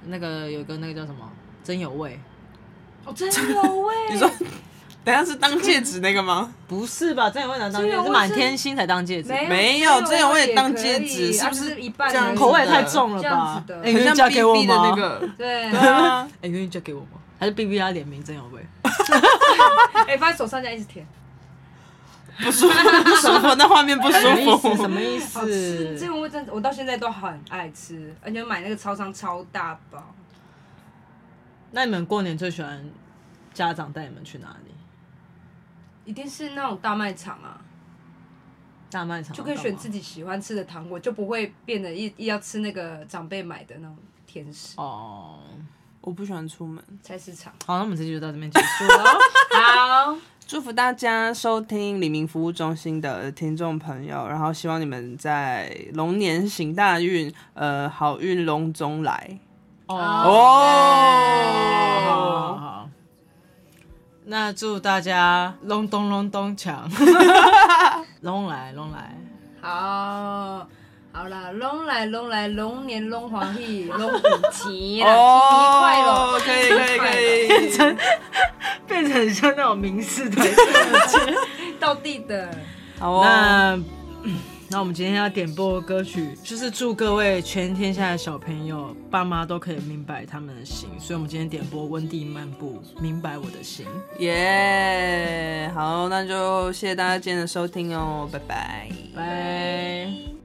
那个有一个那个叫什么真有味，
哦真 有味，
你说等一下是当戒指那个 吗？
不是吧？真有味拿当戒
真有
指，
味
是满天星才当戒指，
没有
有
这种
味
味当
也可
戒
以
指是
啊
不
就是一半
这样
而已
口味也太重了
这样
吧
子？的
哎，愿意
很
嫁
像
给我
BB 的那
吗？
个，
对，
对 啊，
哎、愿意嫁给我吗？还是 B B 他联名真有味？
哎，放在手上这样一直舔，
不舒服，不舒服，那画面不
什
舒
么哎意思？
服，
什么意
好吃，这
思？
种味真的我到现在都很爱吃，而且买那个超商超大包。
那你们过年最喜欢家长带你们去哪里？
一定是那种大卖场啊，
大卖场
就可以选自
己
己喜欢吃的糖果，就不会变得一一要吃那个长辈买的那种甜食。
哦。
我不喜欢出门。
菜市场，
好，那我们这集就到这边结束了。
好，
祝福大家收听李明服务中心的听众朋友，然后希望你们在龙年行大运，呃，好运龙中来
哦，好好
哦。
好。那祝大家隆咚隆咚 锵，隆来隆来，
好，好啦，龙来龙来，龙年龙皇 帝，龙虎吉啦，新年快
哦
乐，，
可以可以 可以，
变成很像那种明示的。
到地的，
好哦，
那那我们今天要点播的歌曲，就是祝各位全天下的小朋友爸妈都可以明白他们的心，所以我们今天点播温蒂漫步，明白我的心，
耶，好，那就谢谢大家今天的收听哦，拜拜。
拜。
拜。